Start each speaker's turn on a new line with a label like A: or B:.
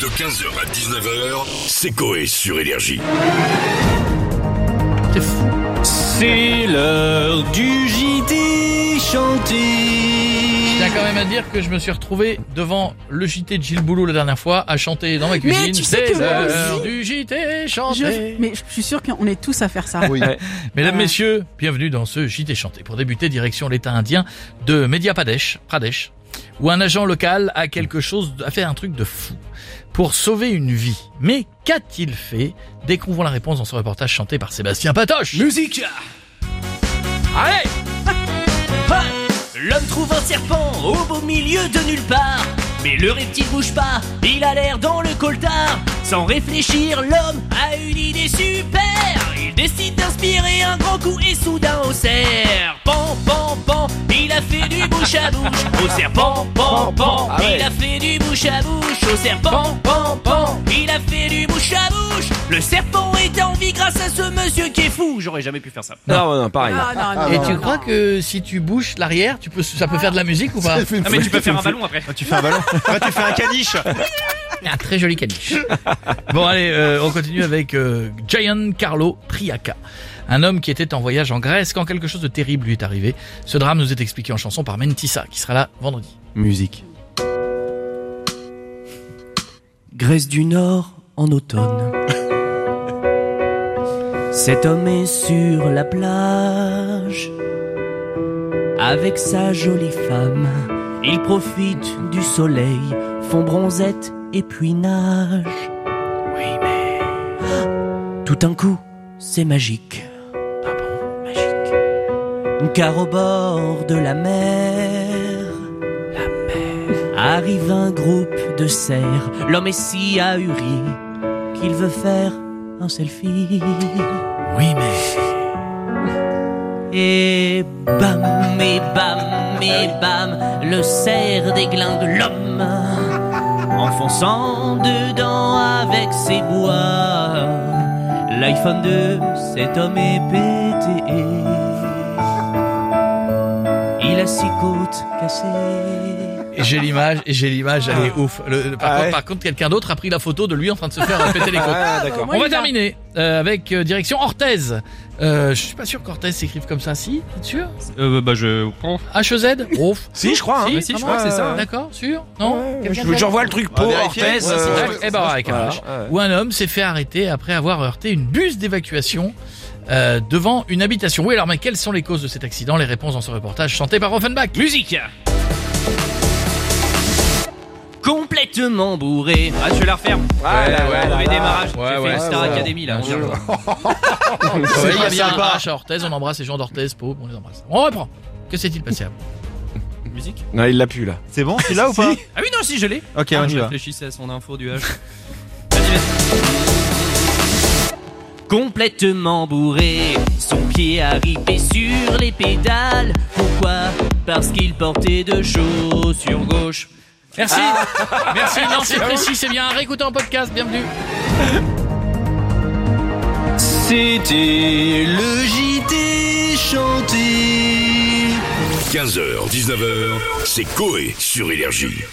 A: De 15h à 19h, c'est Coé sur Énergie.
B: C'est l'heure du JT chanté.
C: Je tiens quand même à dire que je me suis retrouvé devant le JT de Gilles Boulot la dernière fois à chanter dans ma cuisine.
D: tu sais
C: C'est
D: que moi
C: l'heure
D: aussi.
C: du JT
D: Je-
C: chanté.
D: mais je Ah. suis sûr qu'on est tous à faire ça.
C: Mesdames,
D: Ouais.
C: messieurs, bienvenue dans ce JT chanté. Pour débuter, direction l'État indien de Media Pradesh, Pradesh, où un agent local a quelque chose, a fait un truc de fou pour sauver une vie. Mais qu'a-t-il fait Découvrons la réponse dans ce reportage chanté par Sébastien Patoche.
E: Musique Allez Ah L'homme trouve un serpent au beau milieu de nulle part. Mais le reptile bouge pas, il a l'air dans le coltard. Sans réfléchir, l'homme a une idée super. Il décide d'inspirer un grand coup et soudain au cerf. Pan, pan, pan, il a fait du bouche à bouche. Au serpent, pan, pan, il a fait du bouche à bouche. Au serpent, pan, pan, il a fait du bouche à bouche. Le serpent est en vie grâce à ce monsieur qui est fou. J'aurais jamais pu faire ça.
B: Non, non, pareil.
D: Ah, non, non,
C: Et
D: non,
C: tu
D: non.
C: crois que si tu bouches l'arrière, tu peux, ça peut faire de la musique ou pas
E: Ah mais tu peux faire un ballon après.
F: Tu fais un ballon Ouais, tu fais un caniche
C: Un très joli caniche. bon allez, euh, on continue avec euh, Gian Carlo Triaca. Un homme qui était en voyage en Grèce quand quelque chose de terrible lui est arrivé. Ce drame nous est expliqué en chanson par Mentissa, qui sera là vendredi.
F: Musique.
E: Grèce du Nord en automne. Cet homme est sur la plage avec sa jolie femme. Il profite du soleil, font bronzette et puis nage. Oui, mais tout un coup, c'est magique. Ah bon, magique. Car au bord de la mer, Arrive un groupe de cerfs, l'homme est si ahuri qu'il veut faire un selfie.
C: Oui, mais
E: Et bam, et bam, et bam, le cerf déglingue l'homme, enfonçant dedans avec ses bois. L'iPhone de cet homme est pété. Il a six côtes cassées.
C: j'ai l'image, et j'ai l'image, elle est ouf. Le- le- par,
F: Ah
C: contre,
F: ouais.
C: par contre, quelqu'un d'autre a pris la photo de lui en train de se faire euh, péter les côtes.
F: Ah, d'accord.
D: Moi,
C: on va
D: il va.
C: terminer euh, avec euh, direction Orthez. Euh, je suis pas sûr qu'Orthez s'écrive comme ça, si T'es sûr
G: Euh, bah je.
C: HEZ Ouf.
F: Si, je crois. hein.
C: Si,
G: si, je
C: vraiment
G: crois que c'est ça.
C: D'accord, sûr Non
F: Je veux- J'envoie le truc pour
B: va vérifier.
F: Orthez.
B: Ouais,
F: c'est
B: ouais,
F: vrai.
B: ouais.
C: Eh ben, avec un
F: Euh, Voilà.
C: vache.
E: Ah.
F: Ouais.
C: où un homme s'est fait arrêter après avoir heurté une buse d'évacuation euh, devant une habitation. Oui, alors, mais quelles sont les causes de cet accident Les réponses dans ce reportage chanté par Offenbach.
E: Musique Complètement bourré. Ah, tu la referme.
F: Ouais, ouais,
E: Mauvais
F: ouais.
E: démarrage.
C: Ouais,
E: J'ai
C: ouais,
E: fait une Star
F: ouais.
E: Academy là. Bien joué.
C: Ouais, il y a
F: Ah, pas
C: bien un
F: sympa.
C: H à Orthez, on embrasse les gens d'Orthez, Pau, on les embrasse. On reprend. Que s'est-il passé avant
G: Musique
F: Non, il l'a pu là.
B: C'est bon, c'est là ou pas
G: Ah oui, non, si, je l'ai.
B: Ok,
G: Ah,
B: on y
G: je
B: va.
G: réfléchissais à son info du H.
E: Complètement bourré, son pied arrivé sur les pédales. Pourquoi Parce qu'il portait deux chaussures gauche.
C: Merci.
F: Ah,
C: Merci. Non, c'est précis, c'est bien. Réécoutez en podcast. Bienvenue.
B: C'était le JT chanté.
A: 15h, 19h, c'est Coé sur Énergie.